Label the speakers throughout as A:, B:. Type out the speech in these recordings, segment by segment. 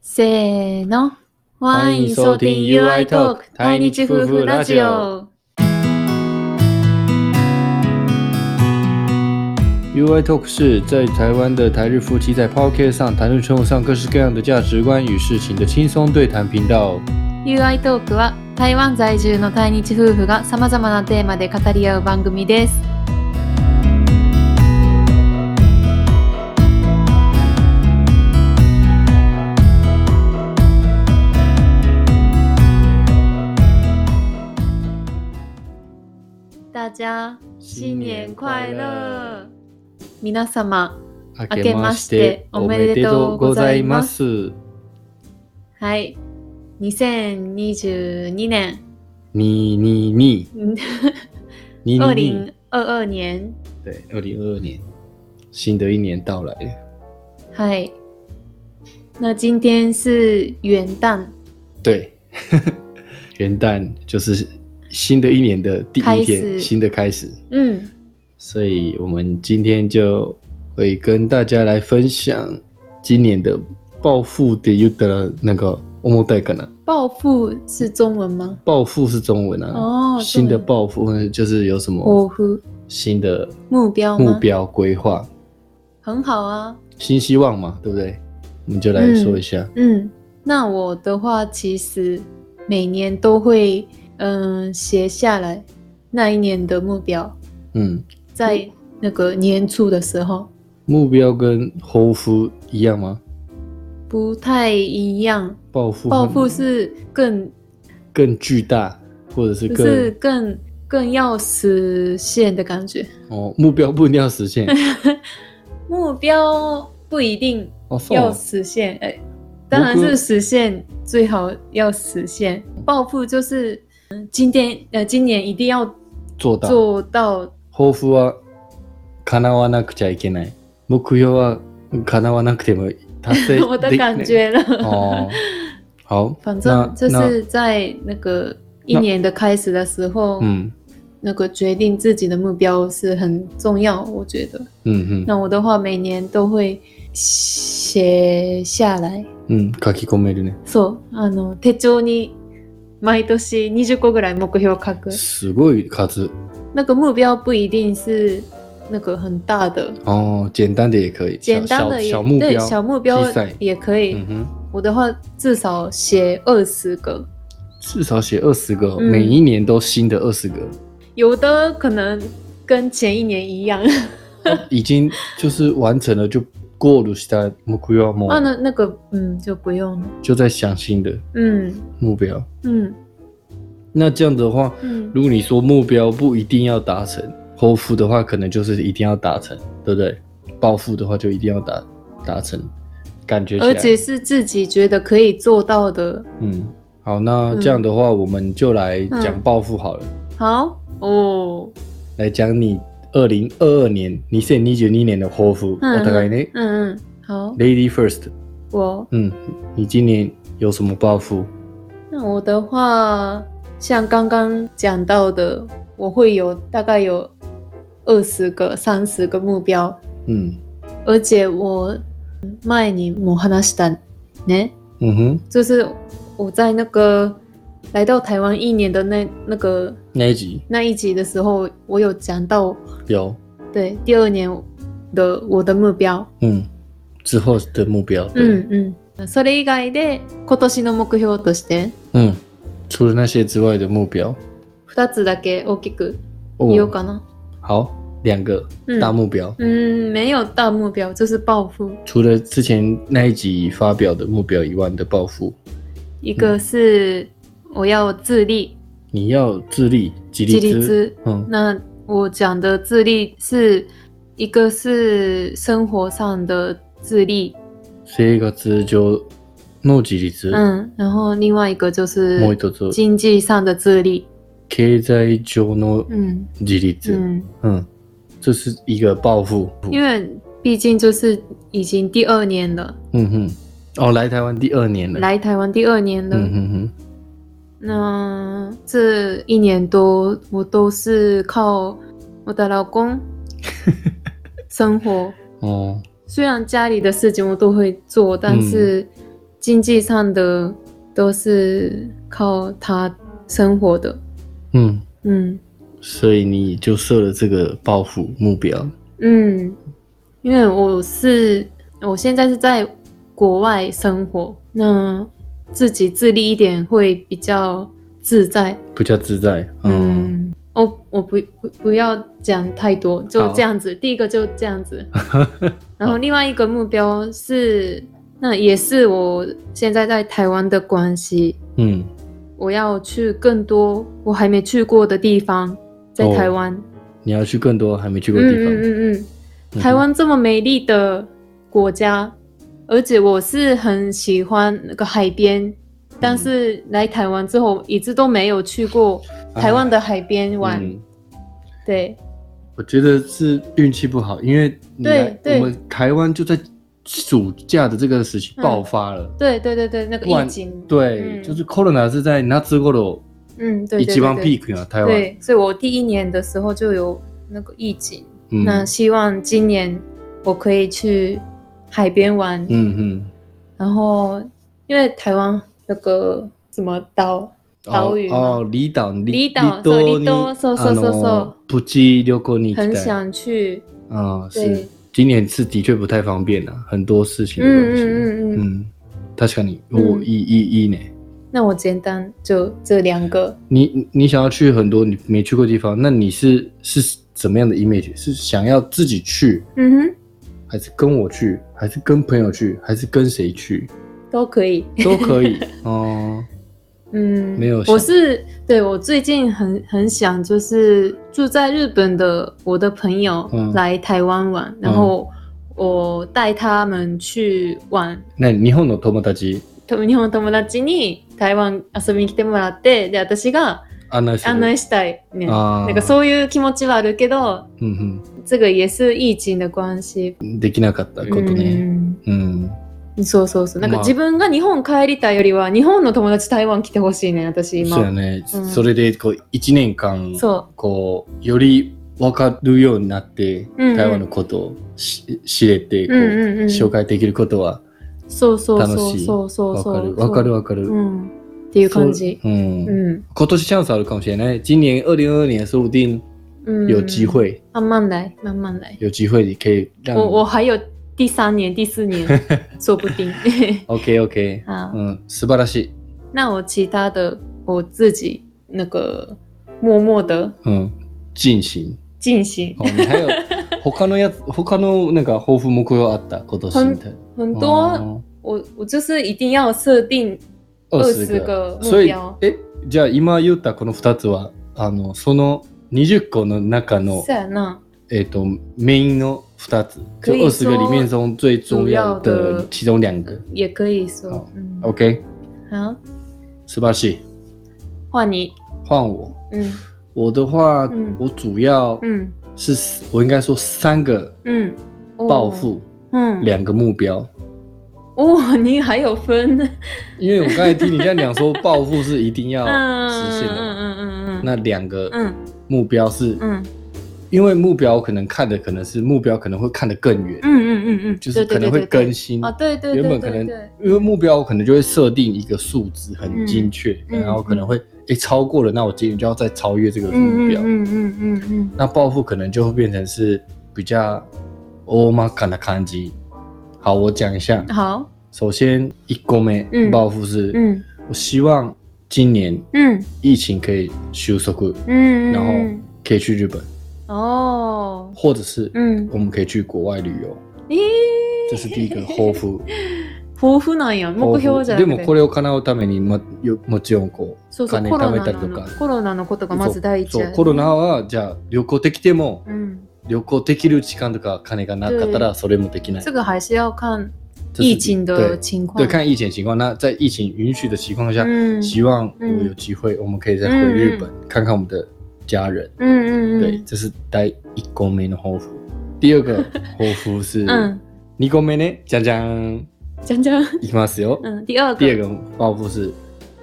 A: せーの。
B: 欢迎收听 UI Talk 対日夫婦ラジオ。UI Talk 是在台湾的台日夫妻在 Podcast 上谈论生活上各式各样的价值观与事情的轻松对谈频道。
A: UI トークは台湾在住の対日夫婦がさまざまなテーマで語り合う番組です。大家新年快乐！皆様、
B: 明けましておめでとうございます。
A: はい、2022年、
B: 二二二二
A: 二
B: 二
A: 零二二年，
B: 对，二零二二年，新的一年到来了。
A: 嗨，那今天是元旦
B: 对， 元旦就是新的一年的第
A: 开
B: 一
A: 始
B: 天，新的开始。
A: 嗯，
B: 所以我们今天就会跟大家来分享今年的暴富的 U 的那个欧姆代可能，
A: 暴富是中文吗？
B: 暴富啊是中文啊，
A: 哦，
B: 新的
A: 中文哦
B: 暴富呢就是有什
A: 抱
B: 么
A: 负
B: 新的
A: 目标吗？
B: 目标规划、
A: 很好啊，
B: 新希望嘛，对不对？我们就来说一下，
A: 嗯，那我的话其实每年都会嗯写下来那一年的目标，
B: 嗯，
A: 在那个年初的时候
B: 目标跟侯夫一样吗？
A: 不太一样，
B: 暴富
A: 暴富是更
B: 更巨大，或者是
A: 就
B: 更
A: 是更更要实现的感觉。
B: 哦目标不一定要实 现
A: 目标不一定
B: 哦，算
A: 要
B: 了，
A: 实现，哎、当然是实现最好要实现。暴富就是，嗯，今天呃，今年一定要
B: 做到
A: 做到，
B: 抱負は叶わなくちゃいけない。目標は叶わなくても達成
A: 我的
B: できない
A: 感觉了。
B: 哦，好，
A: 反正就
B: 那
A: 是在那个一年的开始的时候
B: 那，嗯
A: 那个决定自己的目标是很重要，我觉得。
B: うん
A: 那我的话，每年都会写下来。
B: うんうん書き込めるね。
A: そう、あの手帳に毎年20個ぐらい目標を書く。
B: すごい数
A: 那个目标不一定是那个很大的，
B: 哦，简单的也可以，小
A: 简单的
B: 小
A: 也
B: 小目
A: 对
B: 标，
A: 小目标
B: 小赛
A: 也可以。
B: 嗯哼，
A: 我的话至少写二十个，
B: 至少写二十个，
A: 嗯
B: 每一年都新的 二十个，
A: 有的可能跟前一年一样。
B: 已经就是完成了，就过了した目標も
A: 啊，那那个嗯就不用了。
B: 就在想新的
A: 嗯
B: 目标。
A: 嗯
B: 那这样子的话，
A: 嗯，
B: 如果你说目标不一定要达成，剖腹的话可能就是一定要达成，对不对？暴富的话就一定要达达成，感觉起来。
A: 而且是自己觉得可以做到的。
B: 嗯，好，那这样的话我们就来讲暴富好了，
A: 好哦，
B: 来讲你二零二二年、你现你九一年的剖腹，
A: 嗯
B: 我大概呢
A: 嗯嗯，好，
B: ，Lady First，
A: 我
B: 嗯，你今年有什么暴富？
A: 那我的话，像刚刚讲到的，我会有大概有二十个、三十个目标，
B: 嗯
A: 而且我前にも話したね，
B: 嗯哼，
A: 就是我在那个来到台湾一年的那那个
B: 那一集
A: 那一集的时候，我有讲到，
B: 有，
A: 对，第二年的我的目标，
B: 嗯，之后的目标，对
A: 嗯嗯。それ以外で今年の目標として
B: 嗯，除了那些之外的目标，
A: 2つだけ大きく
B: 哦
A: 言おうかな。
B: 好，两个
A: 嗯
B: 大目标，
A: 嗯，没有大目标，就是暴富。
B: 除了之前那一集发表的目标以外的抱负，
A: 一
B: 嗯
A: 个是我要自立，
B: 你要自立，吉
A: 自
B: 利
A: 立
B: 之，
A: 之。
B: 嗯
A: 那我讲的自立是一个是生活上的自立，
B: 这个之就诺吉利之，
A: 嗯，然后另外一个就是
B: もう一つ
A: 经济上的自立，
B: 経済上の
A: 嗯
B: 自立之，
A: 嗯，
B: 嗯，这是一个抱负，
A: 因为毕竟就是已经第二年了，
B: 嗯哼，哦，来台湾第二年了，，
A: 来台湾第二年了，
B: 嗯哼哼，
A: 那这一年多，我都是靠我的老公生活。
B: 哦，
A: 虽然家里的事情我都会做，但是经济上的都是靠他生活的。
B: 嗯，
A: 嗯
B: 所以你就设了这个抱负目标。
A: 嗯，因为我是我现在是在国外生活，那自己自立一点会比较自在。
B: 比较自在，嗯，
A: 嗯，我我不不不要讲太多，就
B: 好
A: 这样子。第一个就这样 子，然后另外一个目标是，那也是我现在在台湾的关系，
B: 嗯，
A: 我要去更多我还没去过的地方，在
B: 哦
A: 台湾。
B: 你要去更多还没去过的地
A: 嗯
B: 方，
A: 嗯嗯嗯。
B: 嗯
A: 台湾这么美丽的国家，而且我是很喜欢那个海边，但是来台湾之后一直都没有去过台湾的海边玩。
B: 嗯
A: 对，
B: 我觉得是运气不好，因为你
A: 对
B: 来
A: 对
B: 我们台湾就在暑假的这个时期
A: 嗯
B: 爆发了，
A: 对对对对，那个
B: 不然
A: 疫情，
B: 对，
A: 嗯
B: 就是 corona 是在那之后的
A: 嗯，对对对
B: 一番
A: 对
B: peak 啊，台湾，
A: 对，所以我第一年的时候就有那个疫情，
B: 嗯
A: 那希望今年我可以去海边玩，
B: 嗯嗯，
A: 然后因为台湾那个什么岛，岛屿吗
B: 哦，哦离岛，
A: 离岛
B: 多啊
A: そう離島そうそうそうそう
B: 不羁留过你
A: 很想去，
B: 啊，
A: 对
B: 是今年是的确不太方便了，很多事情
A: 嗯
B: 的关系，
A: 嗯嗯嗯，
B: 嗯，確かに我
A: 嗯
B: 一一一呢。
A: 那我简单就这两个，
B: 你你想要去很多你没去过的地方，那你是是怎么样的 image？是想要自己去，
A: 嗯
B: 还是跟我去，还是跟朋友去，还是跟谁去，
A: 哼，都可以，
B: 都可以哦。
A: 嗯，
B: 没有想
A: 我是对我最近很很想，就是住在日本的我的朋友
B: 嗯
A: 来台湾玩，然后我带他们去玩。
B: 那日本の友達
A: 日本の友達に台湾遊びに来てもらって、で私が
B: 案内する。
A: 案内したいね。
B: あー
A: なんかそういう気持ちはあるけど、
B: うん
A: 这个也是疫情的关系。
B: うん。できなかったことね。
A: う
B: うん。
A: んそうそうそう。なんか
B: まあ
A: 自分が日本帰りたいよりは、日本の友達台湾来てほしいね、私今。
B: そうやね。
A: うん
B: それでこう一年間
A: そ
B: こうより分かるようになって、
A: うんうん
B: 台湾のことをし知れてこう、
A: うんうんうん
B: 紹介できることは
A: うそうそうそ
B: 楽
A: う
B: しい
A: そうそう
B: 分
A: そう。
B: かる分かる分かる。
A: 嗯，っていう感じ。
B: そううん
A: 嗯
B: 今年チャンスあるかもしれない。今年二零二二年说不定
A: 嗯，
B: 有机，会，
A: 慢慢来，慢慢来。
B: 有机会你可以让
A: 我我还有第三年、第四 年，说不定。
B: OK OK，
A: 好，
B: 嗯，素晴らしい。
A: 那我其他的我自己那个默默的
B: 嗯，进行。
A: 进行
B: 哦，你 还有他のやつ、他のなんか抱負目標あった今年的。
A: 很
B: 哦
A: 多，我我就是一定要设定
B: 二
A: 20个目標
B: 所以え、じゃあ今言ったこの二つはあのその二十個の中の
A: 塞纳
B: えっ、とメインの二つ，
A: 可
B: 就
A: 以
B: 二十个
A: 说
B: 里面中最重要
A: 主要
B: 的
A: 的
B: 其中两个。
A: 也可以说
B: 好，
A: 嗯，
B: OK，
A: 好，
B: 素晴らしい。
A: 换你，
B: 换我。
A: 嗯
B: 我的话，
A: 嗯
B: 我主要
A: 嗯
B: 是四我应该说三个
A: 嗯，哦
B: 抱，负，
A: 嗯，
B: 两、个目标。
A: 哦，你还有分，
B: 因为我刚才听你这样讲说，抱负是一定要
A: 嗯嗯
B: 实现的嘛。
A: 嗯嗯嗯嗯
B: 那两个
A: 嗯
B: 目标是，
A: 嗯
B: 因为目标我可能看的可能是目标，可能会看得更远，
A: 嗯嗯嗯，
B: 就是可能会更新。
A: 啊，对对，对
B: 原本可
A: 对
B: 能
A: 对
B: 因为目标，我可能就会设定一个数值很精确，
A: 嗯嗯
B: 然后可能会诶、超过了，那我今年就要再超越这个目
A: 嗯
B: 标。
A: 嗯嗯嗯嗯嗯，
B: 那报复可能就会变成是比较哦欧玛感的看机。好，我讲一下。
A: 好，
B: 首先，一公妹
A: 嗯
B: 报复是，
A: 嗯
B: 我希望今年
A: 嗯
B: 疫情可以收束，
A: 嗯，
B: 然后可以去日本，
A: 哦，
B: 或者是
A: 嗯，
B: 我们可以去国外旅游。
A: 咦，
B: 这是第 一个抱負。
A: 抱負なんや、目標じゃな
B: で
A: く
B: も
A: て
B: こ、れを叶うためにもよもちろんこう
A: そうそう
B: 金
A: コロ
B: 貯め
A: ナ
B: たりと
A: の
B: か。
A: コロナのことがまず第一
B: そう
A: や
B: コロナはじゃあ旅行できても
A: うん、
B: 旅行できる時間とか金がなかったらそれもできない
A: 这。个还是要看
B: 这是
A: 疫情的
B: 对
A: 情况，
B: 对，看疫情情况。那在疫情允许的情况下，
A: 嗯
B: 希望我
A: 嗯
B: 有机会，我们可以再回日本、看看我们的家人。
A: 嗯嗯嗯，
B: 对，这是第一公妹的后福。第 二个后福是
A: 嗯，
B: 二公妹呢，讲讲
A: じゃんじゃん、
B: いきますよ。
A: 嗯，第二个，
B: 第二个抱负是，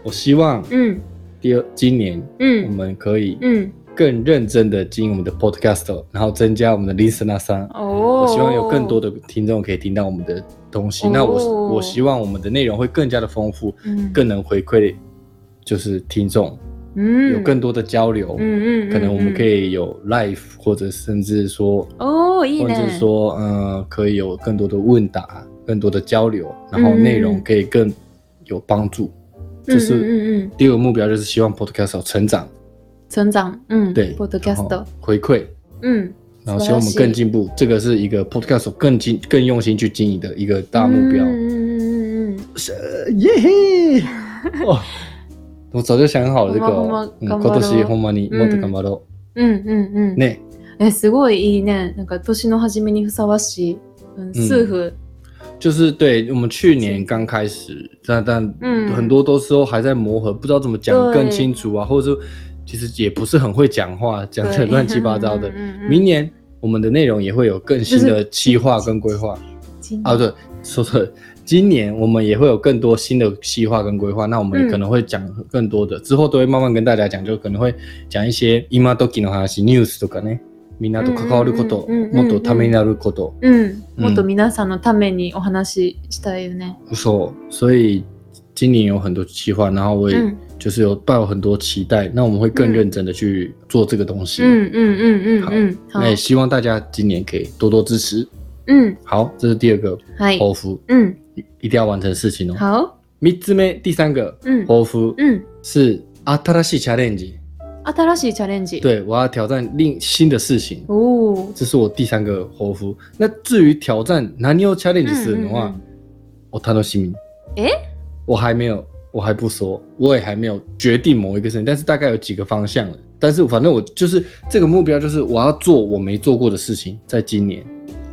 B: 我希望
A: 嗯
B: 第二今年我
A: 嗯
B: 们可以
A: 嗯
B: 更认真的经营我们的 podcast，然哦后增加我们的 listener 三。
A: 哦，
B: 我希望有更多的听众可以听到我们的东西。那我
A: 哦
B: 我希望我们的内容会更加的丰富，
A: 嗯
B: 更能回馈就是听众，
A: 嗯
B: 有更多的交流。
A: 嗯嗯，
B: 可能我们可
A: 以
B: 以有 live，或者甚至说，
A: 哦，いい
B: 或者是
A: ね。
B: 说，呃，可以有更多的问答，更多的交流，然后内容可以更有帮助。这是
A: 嗯嗯嗯嗯
B: 第二个目标，就是希望 podcast 有成长，
A: 成长，嗯，
B: 对然后
A: podcast，
B: 回馈，
A: 嗯，
B: 然后希望我们
A: 素晴らし
B: 更
A: い
B: 进步。这个是一个 podcast 更进、更用心去经营的一个大目标。
A: 嗯嗯嗯嗯嗯
B: 是耶嘿！哦，我早就想好了这个
A: ほんま
B: 哦，嗯
A: 頑張ろう
B: 今年ほんまにもっと頑張ろ
A: うんうんうん
B: う。ね。
A: え、すごいいいね。なんか年の初めにふさわしい、うん、数分。
B: 就是对我们去年刚开始，但但
A: 嗯
B: 很多都时候还在磨合，不知道怎么讲
A: 对
B: 更清楚啊，或者是其实也不是很会讲话，讲的
A: 对
B: 乱七八糟的。
A: 嗯嗯嗯
B: 明年我们的内容也会有更新的企划跟规划
A: 今
B: 啊，对，说错了，今年我们也会有更多新的企划跟规划，那我们
A: 嗯
B: 可能会讲更多的，之后都会慢慢跟大家讲，就可能会讲一些今時の話、ニュースとかね、みんなと関わること、
A: 嗯嗯嗯
B: もっとためになること。
A: うん、
B: う
A: も
B: ん
A: っと皆さんのためにお話ししたいよね。
B: 错，所以今年有很多计划，然后我
A: う
B: 也
A: ん、
B: 就是有抱有很多期待，那我们会更认真的去做这个东西。
A: うん、うん、うん、うん、うん。
B: 那也希望大家今年可以多多支持。
A: うん、
B: 好，这是第二个
A: はい。
B: 抱负，
A: うん、
B: 一定要完成的事情哦。
A: 嗯好。
B: 三つ目，第三个
A: うん、
B: 抱负
A: うん。
B: 是新しい challenge，
A: 新しいチャレンジ。
B: 对我要挑战另新的事
A: 嗯
B: 情，
A: おー。
B: 这是我第三个抱负。那至于挑战何をチャレンジする
A: うんうんう
B: のは
A: ん，
B: 我楽しみ。
A: え？
B: 我还没有，我还不说，我也还没有决定某一个事情，但是大概有几个方向了。但是反正我就是这个目标，就是我要做我没做过的事情，在今年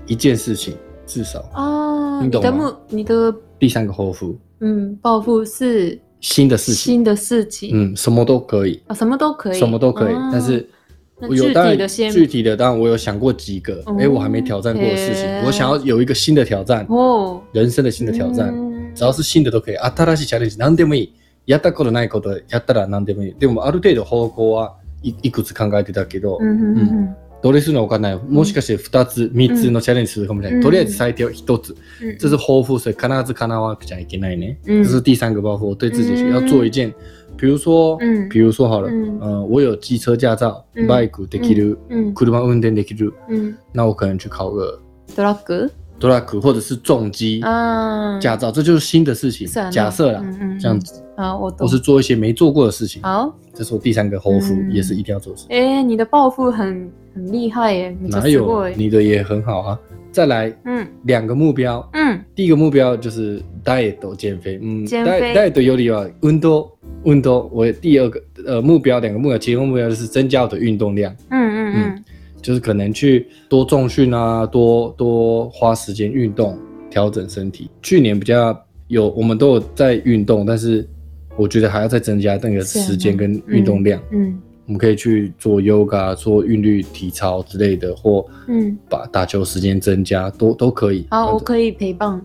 B: 一件事情至少。
A: あー、
B: 你
A: 你
B: 懂
A: 的
B: 吗
A: 目、你的、
B: 第三个后夫，
A: 嗯、抱负是
B: 新的事情，
A: 新的事情。
B: 嗯，什么都可以，
A: 啊，什么都可以，
B: 什么都可以
A: 啊。
B: 但是
A: 那
B: 我有
A: 具
B: 当
A: 体
B: 然
A: 的先
B: 具体的，当然我有想过几个，哎、
A: 哦
B: 我还没挑战过的事情，
A: 嘿
B: 我想要有一个新的挑战，
A: 哦，
B: 人生的新的挑战。
A: 嗯
B: 只要是新的都可以。新しいチャレンジ何でもいい。やったことないことやったら何でもいい。でもある程度方向はいいくつ考えてたけど、
A: 嗯嗯嗯
B: どれするのかわかんない。もしかして2つ、3つのチャレンジするかもしれな
A: う
B: い。
A: ん
B: とりあえず最低は1つ。
A: 嗯，
B: 这是抱负，所以必ず叶わなくちゃいけないね。
A: 嗯
B: 这是第三个抱负，我对自己
A: 嗯
B: 要做一件，比如说，
A: 嗯
B: 比如说好了，
A: 嗯
B: 呃，我有机车驾照，
A: 嗯
B: bike できる、
A: 嗯
B: 車運転できる，
A: 嗯
B: 那我可能去考个
A: d r u
B: トラック或者是重机
A: g 啊，
B: 驾照，这就是新的事情
A: 是啊。
B: 假设啦，
A: 嗯嗯嗯
B: 这样子。
A: 啊，我
B: 或
A: 懂
B: 是。做一些没做过的事情。
A: 好，
B: 这是我第三个后夫，
A: 嗯
B: 也是一定要做的事。
A: 哎，你的抱负很很厉害耶，你
B: 哪
A: 就是
B: 有
A: 过耶
B: 你的也很好啊？再来
A: 嗯
B: 两个目标，
A: 嗯
B: 第一个目标就是 diet 减肥，嗯
A: 减
B: ，diet
A: 肥
B: diet 有理由，啊运动运动。我第二个呃目标，两个目标，其中目标就是增加我的运动量，
A: 嗯嗯
B: 就是可能去多重训啊，多多花时间运动，调整身体。去年比较有，我们都有在运动，但是我觉得还要再增加那个
A: 是啊
B: 时间跟运动量。
A: 嗯
B: 我们可以去做 yoga、做韵律体操之类的，或
A: 嗯嗯，
B: 把打球时间增加，都都可以。
A: 哦好，我可以陪伴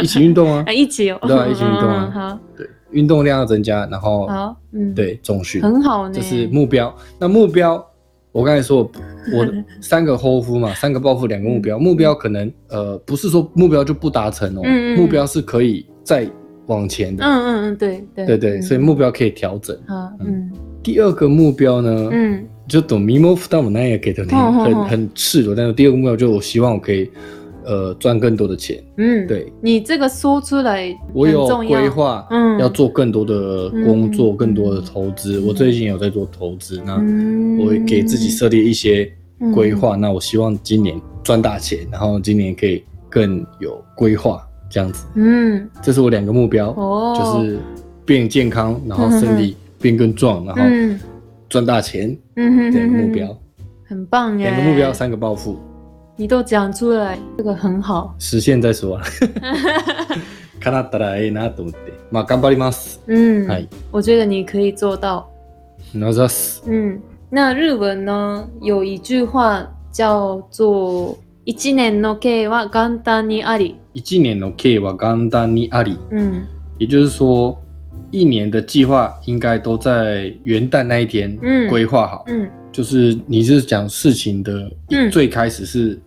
B: 以一起 运动啊
A: 啊，，一起哦，
B: 对啊一起运动啊
A: 嗯嗯
B: 对，运动量要增加，然后
A: 好好，嗯，，
B: 对重训，
A: 很好呢，
B: 这是目标。那目标，我刚才说 我我三个后夫嘛，三个抱负，两个目标。目标可能呃不是说目标就不达成哦，
A: 嗯嗯嗯
B: 目标是可以再往前
A: 嗯
B: 的，
A: 嗯嗯，对对
B: 对对，所以目标可以调整。
A: 好，嗯
B: 第二个目标呢，
A: 嗯
B: 就懂迷蒙负担我那也给的你
A: 嗯嗯
B: 很
A: 嗯
B: 很赤裸，但是第二个目标就是我希望我可以呃赚更多的钱，
A: 嗯，。
B: 对
A: 你这个说出来
B: 我
A: 很
B: 有
A: 重要
B: 规划，
A: 嗯
B: 要做更多的工作，
A: 嗯
B: 更多的投资。我最近有在做投资，那
A: 嗯
B: 啊我给自己设立一些规划，那我希望今年赚大钱，然后今年可以更有规划，这样子，
A: 嗯
B: 这是我两个目标，
A: 哦，
B: 就是变健康，然后身体变更壮，然后
A: 嗯
B: 赚大钱，
A: 嗯哼
B: 两个目，
A: 哼
B: 标
A: 哼，很棒耶！
B: 两个目标，三个抱负。
A: 你都讲出来，这个很好。
B: 实现 再说啊。かなったらええなと思って。まあ頑張ります。
A: 嗯，
B: はい。
A: 我觉得你可以做到。
B: なざす。
A: 嗯，那日文呢有一句话叫做“一年の計は元旦にあり
B: 一年の計は元旦にあり，”。
A: 嗯
B: 也就是说，一年的计划应该都在元旦那一天
A: 嗯
B: 规划好。
A: 嗯
B: 就是你是讲事情的
A: 嗯
B: 最开始是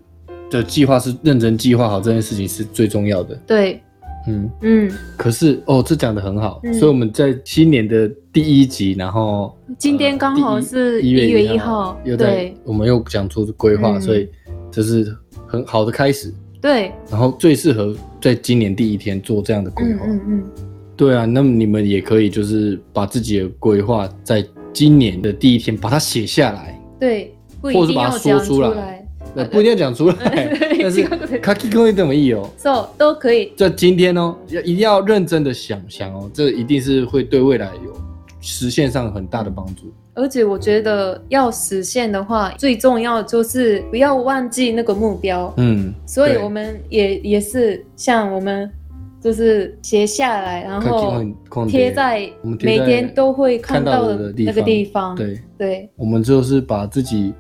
B: 的计划是认真计划好这件事情是最重要的。
A: 对，
B: 嗯，
A: 嗯，
B: 可是哦，这讲的很好，
A: 嗯
B: 所以我们在新年的第一集，然后
A: 今天刚好是
B: 一
A: 1月
B: 一
A: 1号
B: 又在
A: 嗯对
B: 我们又讲出规划，
A: 嗯
B: 所以这是很好的开始。
A: 对，
B: 然后最适合在今年第一天做这样的规
A: 嗯
B: 划。
A: 嗯嗯，
B: 对啊，那么你们也可以就是把自己的规划在今年的第一天把它写下来，
A: 对，不
B: 或
A: 一
B: 是
A: 定
B: 把它
A: 要
B: 说
A: 讲
B: 出来
A: 来，
B: 那不一定要 讲出来，
A: 对
B: 但是
A: 这个可以
B: 卡基公一怎么意哦？
A: so 都可以，
B: 在今天哦，要一定要认真的想想哦，这一定是会对未来有实现上很大的帮助。
A: 而且我觉得要实现的话，最重要就是不要忘记那个目标。
B: 嗯，
A: 所以
B: 对
A: 我们也也是像我们就是写下来，然
B: 嗯卡基
A: 后
B: 公公的
A: 贴在
B: 我们贴
A: 每
B: 在
A: 天都会看
B: 看到
A: 到
B: 的
A: 的
B: 地
A: 那个
B: 方
A: 地方。
B: 对，
A: 对
B: 我们就是把自己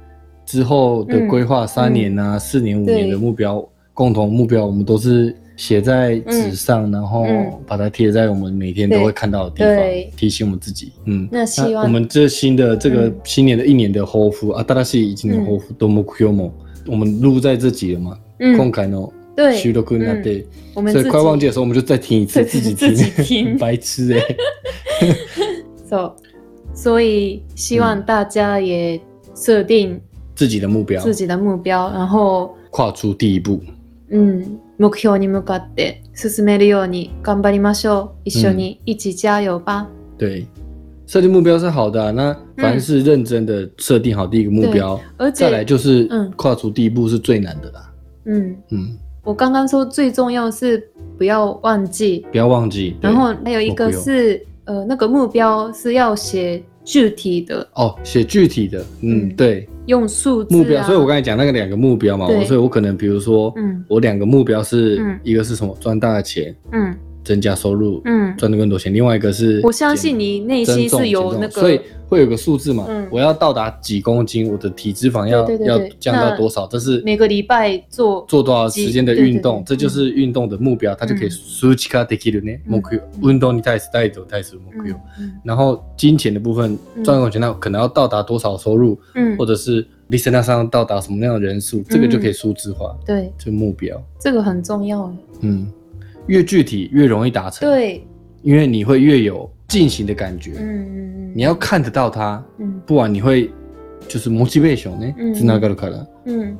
B: 之后的规划，三年
A: 嗯
B: 啊、四年、五
A: 对
B: 年的目标，共同目标，我们都是写在纸上，然后
A: 嗯
B: 把它贴在我们每天都会看到的地
A: 对
B: 方，提醒我们自己。嗯，
A: 那希望
B: 我们这新的这个
A: 嗯
B: 新年的一年的抱負啊，新しい一年的抱負多么 Q 梦，我们录在这集了嘛？今
A: 嗯，
B: 回の
A: 对，
B: 収
A: 嗯
B: 録になって。
A: 我们
B: 所
A: 自己
B: 以快忘记的时候，我们就再听 一次，自
A: 自
B: 己
A: 己
B: 听，
A: 自己听
B: 白痴 哎、欸！
A: so, 所以希望大家也设定
B: 自己的目标，
A: 自己的目标，然后
B: 跨出第一步。
A: うん、目標に向かって進めるように頑張りましょう。一緒に一起加油吧。
B: 对，设定目标是好的啊、那凡是认真的设定好第一个目标，
A: 而
B: 再来
A: 且，
B: 就是
A: 嗯
B: 跨出第一步是最难的啦。
A: 嗯，
B: 嗯，
A: 我刚刚说最重要是不要忘记，
B: 不要忘记。对
A: 然后还有一
B: 我
A: 个
B: 不用
A: 是呃，那个目标是要写具体的，
B: 哦，写具体的，嗯，
A: 嗯
B: 对，
A: 用数字、啊、
B: 目标。所以我刚才讲那个两个目标嘛，
A: 对
B: 我所以我可能比如说，
A: 嗯
B: 我两个目标是、
A: 嗯
B: 一个是什么赚大钱，
A: 嗯
B: 增加收入，
A: 嗯，
B: 赚的更多钱；，另外一个是
A: 我相
B: 减
A: 信你内
B: 增
A: 心
B: 重
A: 是有
B: 减
A: 那个，
B: 重所以会有个数字嘛，
A: 嗯
B: 我要到达几公斤，我的体脂肪要
A: 对对对对
B: 要降到
A: 那
B: 多少，这是
A: 每个礼拜做
B: 做多少时间的运动，
A: 几
B: 这
A: 对对对
B: 就是运动的目标，它就可以
A: 嗯
B: 数値化できるね、
A: 嗯
B: 目標。運動に対するダイエットに対する目標。
A: 嗯
B: 然后金钱的部分，
A: 嗯
B: 赚够钱那可能要到达多少收入，
A: 嗯
B: 或，者是 listener 上到达什么样的人数，这个就可以数字化，
A: 对，
B: 这个目标。
A: 这个很重要。
B: 嗯，越具体越容易达成，，
A: 对，
B: 因为你会越有进行的感觉，
A: 嗯，
B: 你要看得到它，
A: 嗯
B: 不然你会就是 motivation 欸呢，
A: 嗯
B: つながるから。
A: 嗯，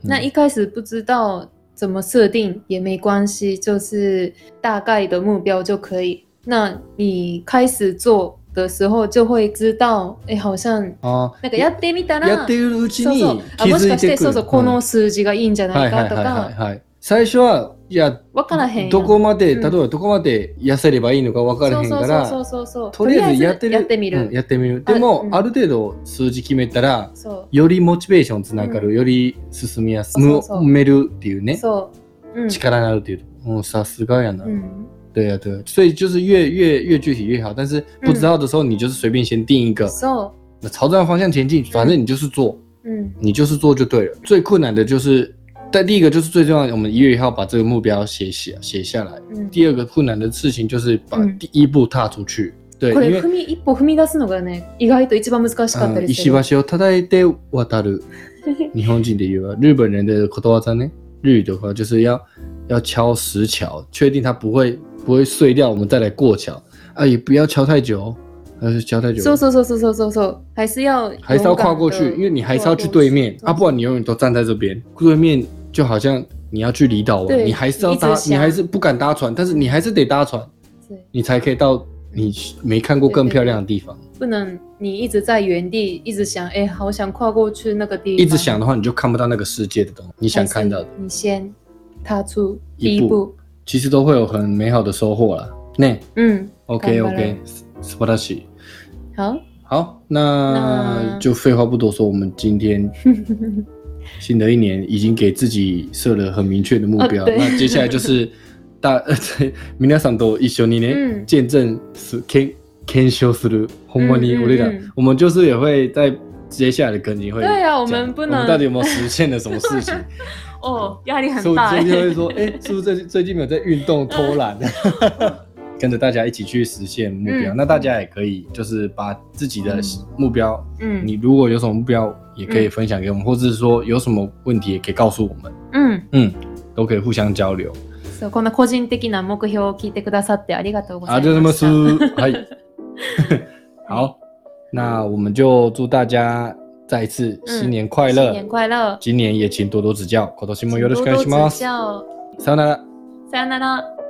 A: 那一开始不知道怎么设定也没关系，就是大概的目标就可以。那你开始做的时候就会知道，哎，好像
B: 啊，
A: なんかやってみたら、
B: やっているうち
A: そう
B: に
A: そう、あ
B: 気
A: もし
B: づ
A: か
B: い
A: してて
B: く
A: そ
B: る。
A: うそうこ
B: うん
A: の数字がいいんじゃな
B: はいいはい
A: かと
B: はいはい、
A: か
B: はい、最初はいや
A: わからへんやん。
B: どこまで、
A: うん
B: 例えばどこまで痩せればいいのか分からへんから
A: そうそうそうそうそう
B: とりあえずやってる
A: やってみる。
B: うんやってみる
A: あ
B: でもあ,、
A: うん
B: る程度数字決めたら
A: そ
B: よりモチベーションつながる、
A: うん
B: より進みやす
A: そうそうそう
B: むめるっていう
A: う
B: ね
A: そう。うん。
B: 力になるっていううんさすがやな、
A: うん。
B: 对呀、对、所以就是越越越具体越好，但是不知道的时候，你就是随便先定一个，
A: そ
B: 那朝这样方向前进，反正你就是做，
A: う。うん。
B: 你就是做就对了。最困难的就是，但第一个就是最重要的，我们一月一号把这个目标写写写下来。
A: うん、
B: 第二个困难的事情就是把
A: 嗯
B: 第一步踏出去，对，
A: こ
B: 因
A: れ
B: 为
A: 踏み一歩踏み出すのがね意外と一番難しかった
B: 嗯，
A: り
B: 石
A: する。
B: 橋を叩いて渡る，日本人的语啊，日本人的口头禅呢，日语的话就是要要敲石桥，确定它不会不会碎掉，我们再来过桥啊，也不要敲太久哦，要是敲太久，
A: そうそうそうそうそうそうそう。还是要
B: 还是要跨过去，
A: 勇敢地
B: 因为你还是要去对面啊，不然你永远都站在这边。对面就好像你要去离岛玩，
A: 对
B: 你还是要搭
A: 一直，想
B: 你还是不敢搭船，但是你还是得搭船，
A: 对
B: 你才可以到你没看过更漂亮的地方。
A: 不能你一直在原地一直想，哎，好想跨过去那个地方。
B: 一直想的话，你就看不到那个世界的东西，你
A: 你
B: 想看到的，
A: 你先踏出第
B: 一
A: 一
B: 步
A: 步。
B: 其实都会有很美好的收获啦。那
A: 嗯，
B: OK
A: 当然
B: OK，斯巴达西。
A: 好，
B: 好，那
A: 那
B: 就废话不多说，我们今天新的一年已经给自己设了很明确的目标，
A: 啊对
B: 那接下来 就是大 皆さんと一緒にね、
A: 嗯
B: 见证す検検証する。ほんまに
A: 嗯嗯
B: 我跟你讲
A: 嗯，
B: 我们就是也会在接下来的更新会讲。
A: 对啊我们不能
B: 我们到底有没有实现了什么事 情？
A: 哦，压力
B: 所
A: 很
B: 以
A: 大
B: 我
A: 欸。
B: 最近会说，哎、是不是最近最近没有在运动偷懒？ 跟着大家一起去实现目标。
A: 嗯
B: 那大家也可以就是把自己的
A: 嗯
B: 目标，
A: 嗯
B: 你如果有什么目标，也可以分享给我们，或者是说有什么问题也可以告诉我们，
A: うん
B: 嗯，都可以互相交流。
A: そうこんな個人的な目標を聞いてくださってありがとうござい
B: 啊，
A: ま
B: 就这么
A: した。
B: 输，哎， 好，那我们就祝大家再一次新年快乐，
A: 嗯新年快乐，
B: 今年也请多多指教，口头新闻有的
A: 多
B: 是开
A: 多
B: 心吗？
A: 指教
B: さよなら。
A: さよなら。